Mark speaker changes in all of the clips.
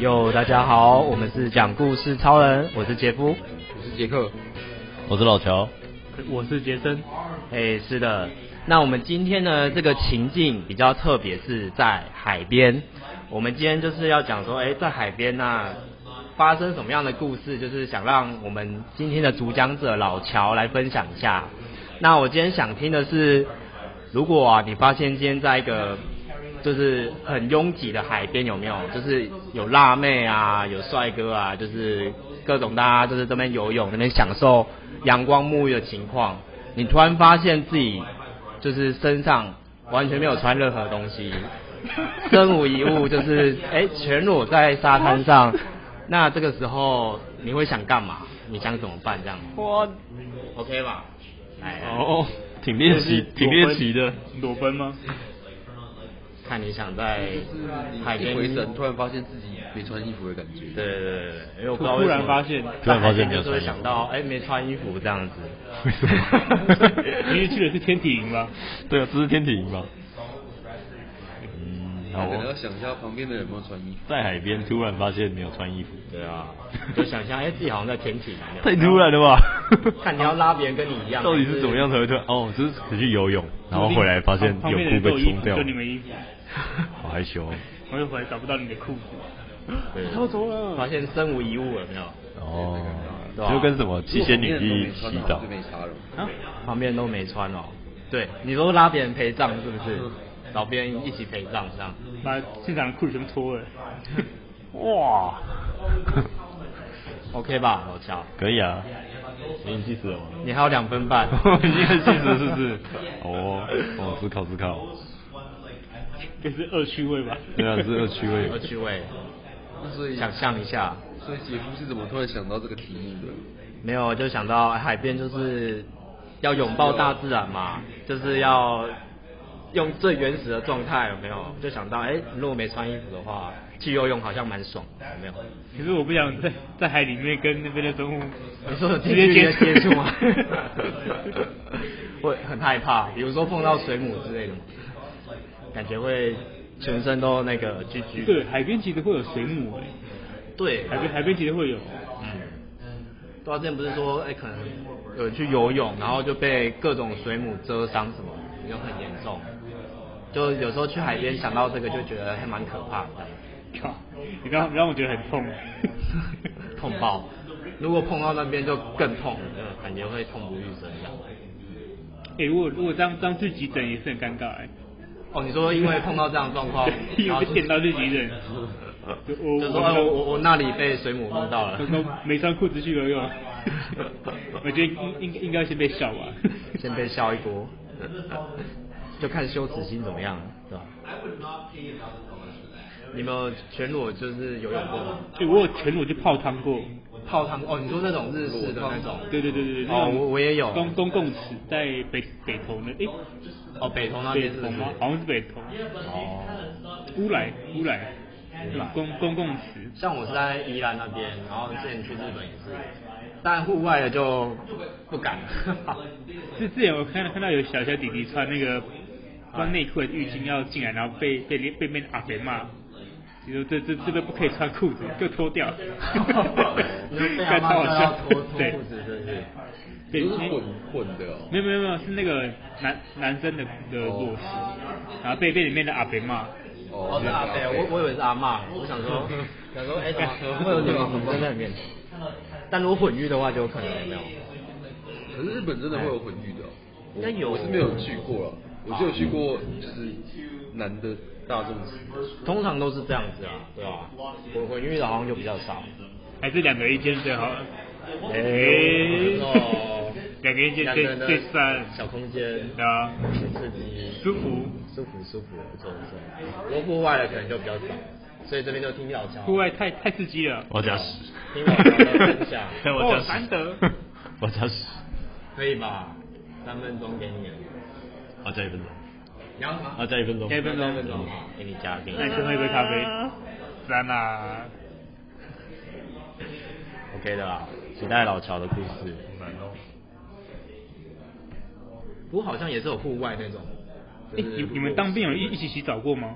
Speaker 1: 哟，大家好，我们是讲故事超人，我是杰夫，
Speaker 2: 我是杰克，
Speaker 3: 我是老乔，
Speaker 4: 我是杰森。
Speaker 1: 哎，是的，那我们今天呢，这个情境比较特别，是在海边。我们今天就是要讲说，哎，在海边呢、发生什么样的故事，就是想让我们今天的主讲者老乔来分享一下。那我今天想听的是，如果啊，你发现今天在一个就是很拥挤的海边，有没有？就是有辣妹啊，有帅哥啊，就是各种大家就是这边游泳，那边享受阳光沐浴的情况。你突然发现自己就是身上完全没有穿任何东西， 身无一物，就是哎、全裸在沙滩上。那这个时候你会想干嘛？你想怎么办？这样
Speaker 4: 我
Speaker 1: OK 吧？来，
Speaker 3: 哦，挺猎奇，挺猎奇的。
Speaker 5: 裸奔 吗？
Speaker 1: 看你想在海
Speaker 2: 一
Speaker 1: 边
Speaker 2: 回神，突然发现自己没穿衣服的感觉。
Speaker 1: 对对对对，因为我不知道
Speaker 5: 突
Speaker 1: 为什么
Speaker 5: 然发现，
Speaker 3: 突然发现没
Speaker 1: 就
Speaker 3: 有
Speaker 1: 是会
Speaker 3: 穿衣
Speaker 1: 想
Speaker 3: 服，
Speaker 1: 到哎、没穿衣服这样子。
Speaker 3: 为什么
Speaker 5: 因为去的是天体营嘛。
Speaker 3: 对啊，这是天体营吧？
Speaker 1: 嗯，好
Speaker 2: 可能
Speaker 1: 哦
Speaker 2: 要想一下旁边的人有没有穿衣服。
Speaker 3: 在海边突然发现没有穿衣服，
Speaker 1: 对啊，就想象哎、自己好像在天体一
Speaker 3: 太突然了吧？
Speaker 1: 样，看你要拉别人跟你一样，
Speaker 3: 到底是怎么样才会突然？哦，就是只去游泳，然后回来发现
Speaker 5: 哦旁
Speaker 3: 泳
Speaker 5: 边的人
Speaker 3: 裤
Speaker 5: 都有
Speaker 3: 被
Speaker 5: 衣
Speaker 3: 冲
Speaker 5: 服，
Speaker 3: 掉
Speaker 5: 就，你没衣服，
Speaker 3: 好害羞哦
Speaker 5: 我又回来找不到你的裤子。
Speaker 1: 对？
Speaker 5: 偷走了
Speaker 1: 发现身无一物了没有？对
Speaker 3: 哦，
Speaker 1: 啊
Speaker 3: 就跟什么七仙女
Speaker 2: 如果旁边的人都
Speaker 3: 一
Speaker 2: 没
Speaker 3: 起
Speaker 2: 穿
Speaker 3: 洗
Speaker 2: 好
Speaker 3: 澡
Speaker 2: 就，没差了。
Speaker 5: 啊
Speaker 1: 旁边都没穿哦。对，你都拉别人陪葬是不是？找别人一起陪葬这样。
Speaker 5: 把现场的裤子全部脱 了。
Speaker 3: 哇，
Speaker 1: OK 吧，老乔，
Speaker 3: 可以啊，你已经气死了吗？，
Speaker 1: 你还有两分半
Speaker 3: 已经很气死了是不是？ 哦，哦，思考思考，
Speaker 5: 这是恶趣味吧？
Speaker 3: 对啊，是恶趣味
Speaker 1: 恶。趣味，
Speaker 2: 那所以，
Speaker 1: 想象一下，
Speaker 2: 所以姐夫是怎么突然想到这个题目的？
Speaker 1: 没有就想到哎海边就是要拥抱大自然嘛，就是要用最原始的状态，有没有？就想到，哎，如果没穿衣服的话，去游泳好像蛮爽，有没有？
Speaker 5: 可是我不想在在海里面跟那边的生物
Speaker 1: 你说的
Speaker 5: 直接接
Speaker 1: 接触吗
Speaker 5: 吗？？
Speaker 1: 会很害怕，比如说碰到水母之类的嘛，感觉会全身都那个居居。
Speaker 5: 对，海边其实会有水母哎、
Speaker 1: 对，
Speaker 5: 海边海边其实会有。
Speaker 1: 对啊，之前不是说，哎、可能有人去游泳，然后就被各种水母蛰伤什么，就很严重。就有时候去海边想到这个，就觉得还蛮可怕 的，
Speaker 5: 靠，你让让我觉得很痛。
Speaker 1: 痛 爆。如果碰到那边就更痛，嗯感觉会痛不欲生这样。
Speaker 5: 哎、如果如果这样这样去急诊也是很尴尬哎、，
Speaker 1: 哦，你说因为碰到这样的状况
Speaker 5: 因
Speaker 1: 然后
Speaker 5: 为
Speaker 1: 就
Speaker 5: 被电到去急诊，就我
Speaker 1: 就
Speaker 5: 我
Speaker 1: 说哎我我我那里被水母碰到了
Speaker 5: 我，都没穿裤子去游 泳，我觉得应应应该先被笑吧。
Speaker 1: 先被笑一波， 就看羞耻心怎么样，对吧？你有没有全裸就是游泳过吗？
Speaker 5: 对，欸我有全裸去泡汤过。
Speaker 1: 泡汤哦，你说那种日式的那种，
Speaker 5: 对对对对对。
Speaker 1: 哦
Speaker 5: 那种
Speaker 1: 我我也有
Speaker 5: 公公共池在北北投那，诶，
Speaker 1: 哦，北投那
Speaker 5: 北
Speaker 1: 边是
Speaker 5: 投
Speaker 1: 不是？
Speaker 5: 吗？好像是北投。
Speaker 1: 哦，
Speaker 5: 乌来乌来
Speaker 1: 乌来，
Speaker 5: 公公共池。
Speaker 1: 像我是在宜兰那边，然后之前去日本也是，但户外的就不 敢了。
Speaker 5: 之之前我看看到有小小弟弟穿那个
Speaker 1: 啊
Speaker 5: 穿内裤的浴巾要进来，然后被被被被阿肥骂，就说这这这个不可以穿裤子，就脱 掉。
Speaker 1: 你说被阿
Speaker 5: 干
Speaker 1: 妈
Speaker 5: 超好
Speaker 1: 叫
Speaker 5: 笑
Speaker 1: 要脱脱，
Speaker 5: 对
Speaker 1: 裤子，是不是？
Speaker 5: 对，
Speaker 2: 都是
Speaker 5: 因为
Speaker 2: 混混的哦。
Speaker 5: 没有没有没有，是那个男男生的的裸辞，然后被被里面的阿肥骂，
Speaker 1: 哦，是阿伯，我我以为是阿嬷，我想 说，想说，哎、怎么会有 女女生在里面？但如果混浴的话，就有可能有没有？
Speaker 2: 可是日本真的会有混浴的、哦，
Speaker 1: 哎应该有
Speaker 2: 我是没有去过了，我就有去过就是男的大众池，
Speaker 1: 通常都是这样子啊，对吧、混混浴的好像就比较少。
Speaker 5: 还是两个一间最好了。
Speaker 1: 哎、
Speaker 5: 哦，两个人间
Speaker 1: 两个
Speaker 5: 最
Speaker 1: 人的
Speaker 5: 最赞，
Speaker 1: 小空间，
Speaker 5: 对啊，
Speaker 1: 很刺激，
Speaker 5: 舒服。
Speaker 1: 舒服舒服，不错不错。不过户外的可能就比较少，所以这边就听老乔，
Speaker 5: 户外太太刺激了，
Speaker 3: 我加屎
Speaker 1: 听老乔的分享，
Speaker 3: 对我
Speaker 5: 哦
Speaker 3: 加屎
Speaker 5: 难得
Speaker 3: 我加屎
Speaker 1: 可以吧？三分钟给你了，啊
Speaker 3: 我加一分钟，
Speaker 1: 你要什么？
Speaker 3: 啊，加一分钟
Speaker 5: 加，一分
Speaker 1: 三
Speaker 5: 钟
Speaker 1: 分，钟，好给你加，给你
Speaker 5: 那你
Speaker 1: 加
Speaker 5: 先喝一杯咖啡，赞啦。
Speaker 1: OK 的啦，期待老乔的故事。
Speaker 5: 哦
Speaker 1: 不过好像也是有户外那种，
Speaker 5: 哎，你你们当兵有一一起洗澡过吗？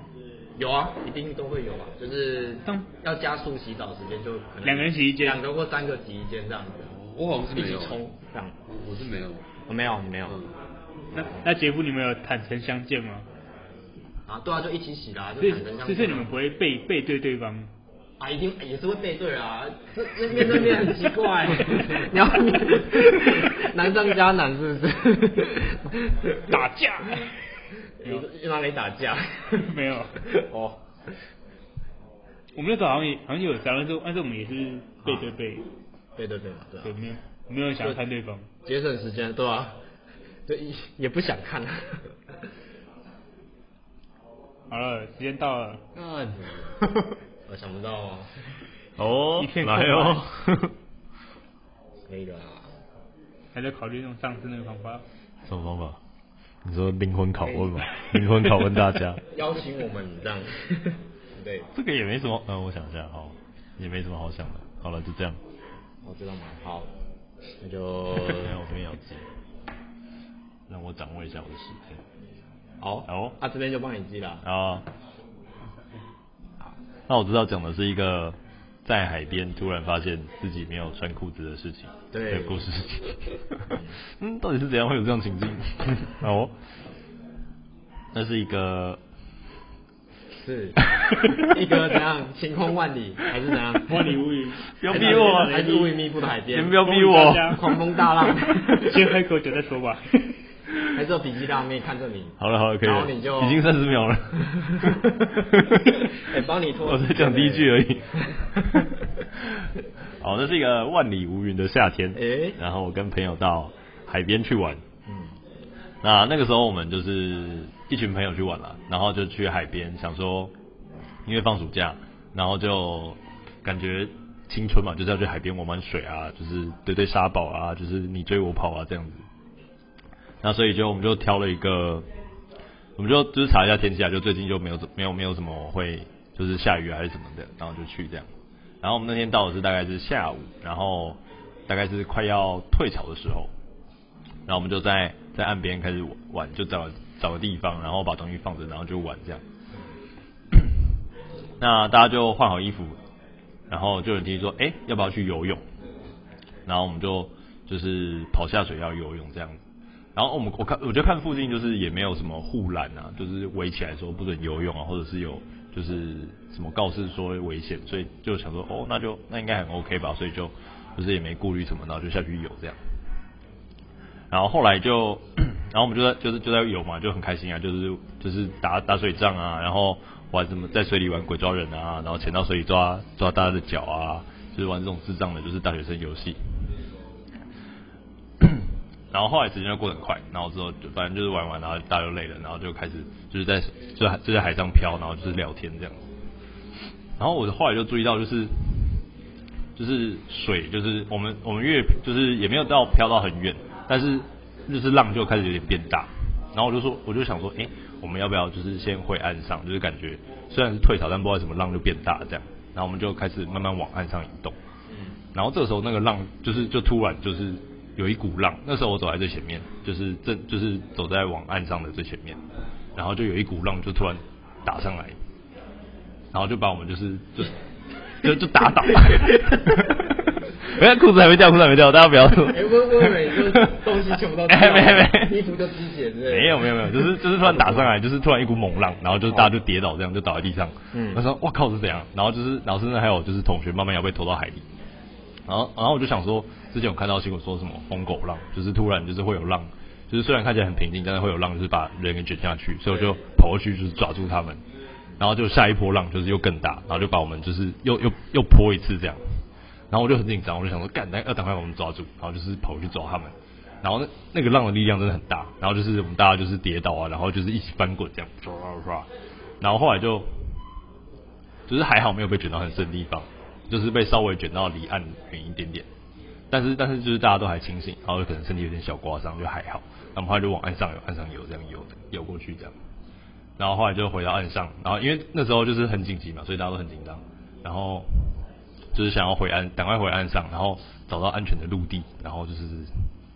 Speaker 1: 有啊，一定都会有啊，就是
Speaker 5: 当
Speaker 1: 要加速洗澡时间就可能
Speaker 5: 两个人洗一间
Speaker 1: 两个或三个洗一间这样子，
Speaker 2: 我好像是
Speaker 1: 一
Speaker 2: 没
Speaker 1: 起
Speaker 2: 有，
Speaker 1: 冲这样。
Speaker 2: 我我是没有，
Speaker 1: 我没有，我没有
Speaker 2: 嗯，
Speaker 5: 那那杰夫，你们有坦诚相见吗？
Speaker 1: 啊，对啊，就一起洗啦，就
Speaker 5: 所以
Speaker 1: 坦诚相
Speaker 5: 所
Speaker 1: 见。
Speaker 5: 以所以你们不会背背对对方？
Speaker 1: 啊，一定也是会背对啊，这这面对面很奇 怪，你 要难上加难是不是？
Speaker 5: 打架
Speaker 1: 你去哪里打架？
Speaker 5: 没有
Speaker 1: 哦，
Speaker 5: 我们那时候好像也好像有讲，但是但是我们也是背对背，
Speaker 1: 背对背嘛，对啊
Speaker 5: 对，没有没有想要看对方。
Speaker 1: 节省时间，对吧、啊？对，也不想 看、啊。
Speaker 5: 好了，时间到了，
Speaker 1: 嗯，我想不到哦，
Speaker 3: 哦
Speaker 5: 一片，空白
Speaker 3: 来哦，
Speaker 1: 可以的啦。
Speaker 5: 还在考虑用上次那个方法。
Speaker 3: 什么方法？你说灵魂拷问吗？灵魂拷问大家，
Speaker 1: 邀请我们这样，对，
Speaker 3: 这个也没什么，嗯，我想一下，好，也没什么好想的，好了，就这样。
Speaker 1: 我知道吗？好，那就
Speaker 3: 我我这边有记，让我掌握一下我的时间。
Speaker 1: 好，
Speaker 3: 好
Speaker 1: 啊，这边就帮你记了。
Speaker 3: 啊，那我知道讲的是一个在海边突然发现自己没有穿裤子的事情
Speaker 1: 对
Speaker 3: 的故事。 嗯，到底是怎样会有这样情境？ 哦，那是一个
Speaker 1: 是一个怎样晴空万里还是怎样？
Speaker 5: 万里 无云，
Speaker 3: 不要逼我啊
Speaker 1: 还是乌云密布的海
Speaker 3: 你
Speaker 1: 边？
Speaker 3: 们不要逼
Speaker 5: 大
Speaker 3: 我，
Speaker 5: 家
Speaker 1: 狂风大 浪，
Speaker 5: 先喝口酒再说吧。
Speaker 1: 还是有笔记大妹看着你。
Speaker 3: 好了好了，可以
Speaker 1: 然后你就。
Speaker 3: 了，已经三十秒了
Speaker 1: 哎帮你拖
Speaker 3: 我在讲第一句 而已。好，那是一个万里无云的夏天，
Speaker 1: 哎
Speaker 3: 然后我跟朋友到海边去玩。
Speaker 1: 嗯，
Speaker 3: 那那个时候我们就是一群朋友去玩了，然后就去海边，想说因为放暑假，然后就感觉青春嘛，就是要去海边玩玩水啊，就是堆堆沙堡啊，就是你追我跑啊这样子。那所以就我们就挑了一个，我们就就是查一下天气啊，就最近就没有没有没有什么会就是下雨还是什么的，然后就去这样。然后我们那天到的是大概是下午，然后大概是快要退潮的时候，然后我们就在在岸边开始玩，就找找个地方，然后把东西放着，然后就玩这样。那大家就换好衣服，然后就有人提议说，哎、要不要去游泳？然后我们就就是跑下水要游泳这样子。然后我们我看我就看附近就是也没有什么护栏啊，就是围起来说不准游泳啊，或者是有就是什么告示说危险，所以就想说哦，那就那应该很 OK 吧，所以就就是也没顾虑什么，然后就下去游这样。然后后来就， 然后我们就在就是就在游嘛，就很开心啊，就是就是打打水仗啊，然后玩什么在水里玩鬼抓人啊，然后潜到水里抓抓大家的脚啊，就是玩这种智障的，就是大学生游戏。 然后后来时间就过得很快，然后之后就反正就是玩玩，然后大家就累了，然后就开始就是在就在就在海上漂，然后就是聊天这样子。然后我后来就注意到，就是就是水，就是我们我们越就是也没有到飘到很远，但是就是浪就开始有点变大。然后我就说，我就想说，哎、我们要不要就是先回岸上？就是感觉虽然是退潮，但不知道为什么浪就变大这样。然后我们就开始慢慢往岸上移动。
Speaker 1: 嗯
Speaker 3: 然后这时候那个浪就是就突然就是有一股浪，那时候我走在最前面，就是正就是走在往岸上的最前面，然后就有一股浪就突然打上来，然后就把我们就是就就就打倒。没有裤子还没掉，裤子还没掉，大家不要。
Speaker 1: 哎，问问美，就是东西全部都
Speaker 3: 哎，没没没，
Speaker 1: 衣服都滴血之类的。
Speaker 3: 没有没有没有，就是就是突然打上来，就是突然一股猛浪，然后就是大家就跌倒，这样就倒在地上。
Speaker 1: 嗯
Speaker 3: 他说：“我靠，是怎样？”然后就是，然后甚至还有就是同学慢慢要被拖到海里。然后然后我就想说，之前我看到新闻说什么疯狗浪，就是突然就是会有浪，就是虽然看起来很平静，但是会有浪就是把人给卷下去，所以我就跑过去就是抓住他们，然后就下一波浪就是又更大，然后就把我们就是又又又泼一次这样。然后我就很紧张，我就想说，干，那要赶快把我们抓住，然后就是跑过去抓他们。然后那那个浪的力量真的很大，然后就是我们大家就是跌倒啊，然后就是一起翻滚这样，唰唰唰。然后后来就就是还好没有被卷到很深的地方，就是被稍微卷到离岸远一点点。但是但是就是大家都还清醒，然后可能身体有点小刮伤，就还好。那么后来就往岸上游，岸上游这样游游过去这样。然后后来就回到岸上，然后因为那时候就是很紧急嘛，所以大家都很紧张。然后就是想要回岸，赶快回岸上，然后找到安全的陆地，然后就是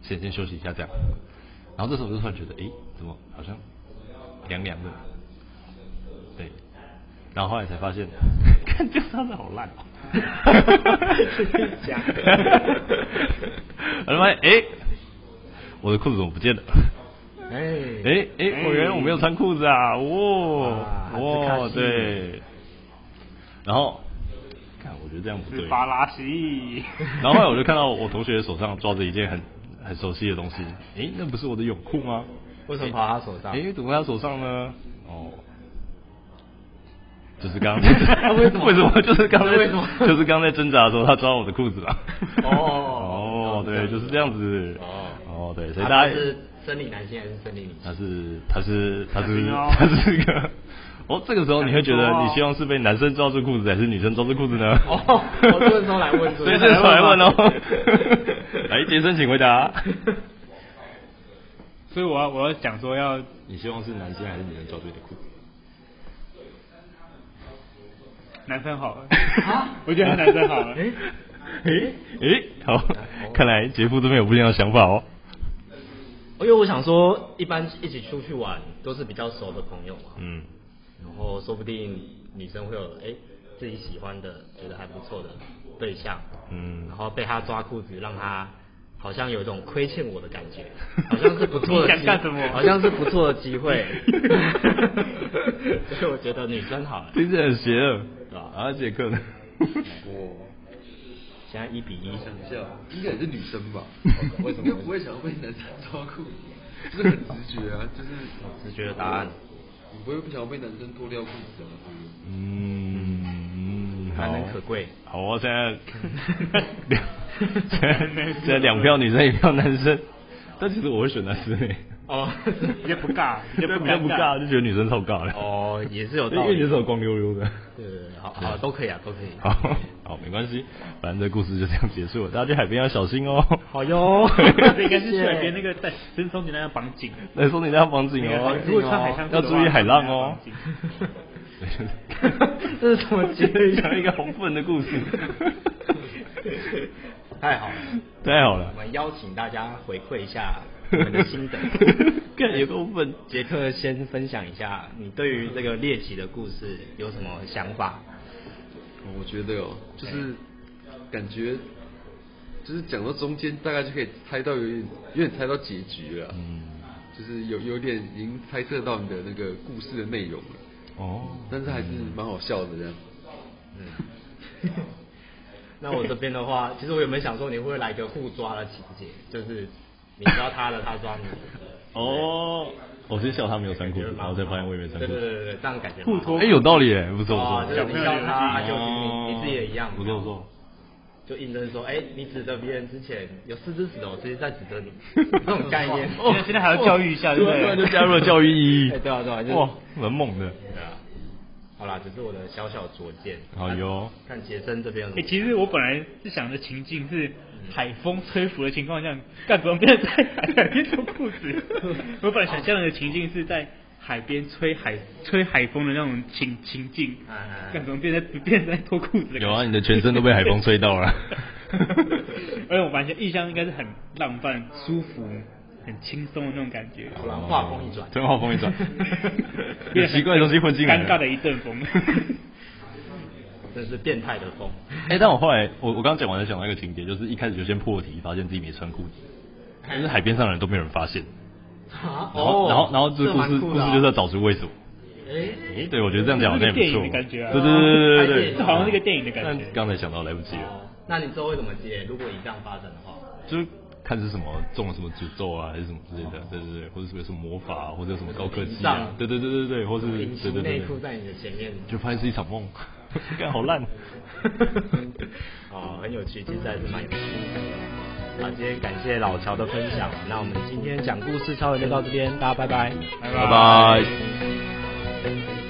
Speaker 3: 先先休息一下这样。然后这时候我就突然觉得，诶，怎么好像好凉凉的，对，然后后来才发现， 看这沙子好烂 哦、
Speaker 1: 真的假的
Speaker 3: 我就发现，哎、我的裤子怎么不见了？
Speaker 1: 哎
Speaker 3: 哎、哎、我原来我没有穿裤子啊！哇
Speaker 1: 啊恥
Speaker 3: 哇，
Speaker 1: ずかしい
Speaker 3: 对。然后，看，我觉得这样不对
Speaker 5: 是。巴拉西。
Speaker 3: 然后后来我就看到我同学手上抓着一件很很熟悉的东西，哎、那不是我的泳裤吗？
Speaker 1: 为什么跑到他手上
Speaker 3: 哎、？怎么在他手上呢？哦，就是刚
Speaker 1: 为什么
Speaker 3: 啊为什么？就是刚才
Speaker 1: 为什么
Speaker 3: 就是刚才挣扎的时候，他抓我的裤子了。
Speaker 1: 哦
Speaker 3: 哦，对，就是这样子。
Speaker 1: 哦
Speaker 3: 哦，对，所以
Speaker 1: 他
Speaker 3: 大家
Speaker 1: 是生理男性还是生理女性？
Speaker 3: 他是他是他
Speaker 5: 小
Speaker 3: 是
Speaker 5: 心哦
Speaker 3: 他是一个。哦，这个时候你会觉得你希望是被男生抓住裤子还是女生抓住裤子呢？
Speaker 1: 哦我这个时候来问
Speaker 3: 所以这个时候来问哦。 来，杰森，请回答。
Speaker 5: 所以我要我要讲说要
Speaker 3: 你希望是男生还是女生抓住你的裤子？
Speaker 5: 男生好了
Speaker 1: 啊，
Speaker 5: 我觉得男生好 了。
Speaker 1: 哎
Speaker 3: 诶诶，好，看来杰夫这边有不一样的想法哦。
Speaker 1: 哦因为我想说，一般一起出去玩都是比较熟的朋友嘛，
Speaker 3: 嗯，
Speaker 1: 然后说不定女生会有哎、自己喜欢的，觉得还不错的对象，
Speaker 3: 嗯
Speaker 1: 然后被他抓裤子，让他好像有一种亏欠我的感 觉，好像是不错的机，
Speaker 5: 你想干什么
Speaker 1: 好像是不错的机会， 所以我觉得女生好了，
Speaker 3: 听起来很邪恶，啊，然后杰克呢？
Speaker 2: 我
Speaker 1: 现在一比一，
Speaker 2: 想一下，应该也是女生 吧？为什么？应该不会想要被男生抓裤子，就是很直觉啊，就是
Speaker 1: 直觉的答案，
Speaker 2: 你不会不想要被男生脱掉裤子啊？
Speaker 3: 嗯，好
Speaker 1: 难能可贵。
Speaker 3: 好哦，现在两，现在现在两票女生一票男生，但其实我会选男生诶，
Speaker 1: 哦，
Speaker 5: 比较不尬，比较
Speaker 3: 对
Speaker 5: 不
Speaker 3: 比较
Speaker 5: 尴
Speaker 3: 不
Speaker 5: 尬
Speaker 3: 尬，。就觉得女生超尬的，
Speaker 1: 哦，也是有
Speaker 3: 因
Speaker 1: 道
Speaker 3: 为
Speaker 1: 理
Speaker 3: 女。生光溜溜的。
Speaker 1: 对对对，好好 都可以啊，都可以。
Speaker 3: 好，好，没关系，反正这故事就这样结束了，大家去海边要小心哦。
Speaker 1: 好 哟
Speaker 5: 这应该是去海边那
Speaker 1: 个
Speaker 5: 个在伸松紧那样绑紧。
Speaker 3: 来送哎你那房子
Speaker 5: 那个
Speaker 3: 哦
Speaker 5: 海，如果穿海上裤
Speaker 3: 要
Speaker 5: 的话
Speaker 3: 注意海浪哦。
Speaker 5: 绑紧
Speaker 1: 这是什么结语
Speaker 3: 讲一个红粉的 故事，
Speaker 1: 太好了，
Speaker 3: 太好了
Speaker 1: 我。们邀请大家回馈一下我们的 心得。
Speaker 3: 干有个红粉，
Speaker 1: 杰克先分享一下你对于这个猎奇的故事有什么想法？
Speaker 2: 我觉得哦，就是感觉，就是讲到中间，大概就可以猜到有点，有点猜到结局了啊，
Speaker 3: 嗯，
Speaker 2: 就是有有点已经猜测到你的那个故事的内容了，
Speaker 3: 哦，
Speaker 2: 但是还是蛮好笑的这样。
Speaker 1: 嗯， 那我这边的话，其实我原本想说你会不会来个互抓的情节，就是你抓他的，他抓你 的。
Speaker 3: 哦，我先笑他没有穿裤
Speaker 1: 觉
Speaker 3: 子
Speaker 1: 得，蛮
Speaker 3: 然
Speaker 1: 好
Speaker 3: 后再发现我也没穿
Speaker 1: 对
Speaker 3: 裤
Speaker 1: 对
Speaker 3: 子。
Speaker 1: 对对对，这样感觉蛮好
Speaker 5: 互脱
Speaker 3: 哎，有道理哎，不错
Speaker 1: 哦，
Speaker 3: 不
Speaker 1: 就是
Speaker 3: 错，
Speaker 1: 你笑他，
Speaker 5: 小
Speaker 1: 就
Speaker 5: 朋
Speaker 1: 是
Speaker 3: 哦
Speaker 1: 你你自己也一样，
Speaker 3: 不错不错。
Speaker 1: 就印证说，哎、你指责别人之前有四只手，其实在指责 你，这种概念。哦
Speaker 5: 现哦在现在还要教育一下，对不
Speaker 3: 突然就
Speaker 5: 对？
Speaker 3: 加入了教育意义。
Speaker 1: 哎对啊对啊就是
Speaker 3: 哇，蛮猛的。
Speaker 1: 对啊好啦，只是我的小小拙见。
Speaker 3: 好哟
Speaker 1: 看看杰森这边有什
Speaker 5: 哎，
Speaker 1: 么。
Speaker 5: 其实我本来是想的情境是海风吹拂的情况下，干什么变成在海边脱裤 子？我本来想象的情境是在海边吹海吹海风的那种情情境，
Speaker 1: 哎哎哎
Speaker 5: 干什么变成变成在脱裤子的感觉？
Speaker 3: 有啊，你的全身都被海风吹到了。
Speaker 5: 而且我完全印象应该是很浪漫、舒服、欸很轻松的那种感觉。
Speaker 1: 突然话锋一转，
Speaker 3: 突然话锋一 转， 有奇怪的东西混进来了。
Speaker 5: 尴尬的一阵 风。
Speaker 1: 真是变态的风。
Speaker 3: 哎、但我后来，我我刚刚讲完，就想到一个情节，就是一开始就先破题，发现自己没穿裤子，但是海边上的人都没有人发现。
Speaker 1: 啊
Speaker 3: 然
Speaker 5: 哦
Speaker 3: 后，然后，然后这
Speaker 1: 这
Speaker 3: 故
Speaker 1: 蛮
Speaker 3: 事
Speaker 1: 酷
Speaker 3: 故
Speaker 1: 的啊
Speaker 3: 事就是要找出为什么。
Speaker 1: 哎
Speaker 3: 哎，对，我觉得这样讲好像也不
Speaker 5: 就是一个电
Speaker 3: 错。
Speaker 5: 影的感觉啊
Speaker 3: 对对对对
Speaker 1: 拍
Speaker 3: 对
Speaker 1: 电
Speaker 5: 这
Speaker 1: 影
Speaker 3: 对，
Speaker 5: 好像是一个电影的感
Speaker 3: 但
Speaker 5: 觉。
Speaker 3: 刚才想到来不及了，
Speaker 1: 哦那你之后会怎么接？如果你这样发展的话，
Speaker 3: 就是看是什么中了什么诅咒啊，还是什么之类的，
Speaker 5: 哦
Speaker 3: 对对对，或者是有什么魔法、啊，或者有什么高科技
Speaker 1: 屏
Speaker 3: 啊
Speaker 1: 障，
Speaker 3: 对对对对对，或是
Speaker 1: 平
Speaker 3: 对对
Speaker 1: 行
Speaker 3: 对
Speaker 1: 内
Speaker 3: 对
Speaker 1: 裤，在你的前面，
Speaker 3: 就发现是一场 梦， 干好 烂。
Speaker 1: 哦，很有趣，其实还是蛮有趣的。好，今天感谢老乔的分享，那我们今天讲故事超人就到这边，大家拜拜。
Speaker 5: 拜
Speaker 3: 拜拜。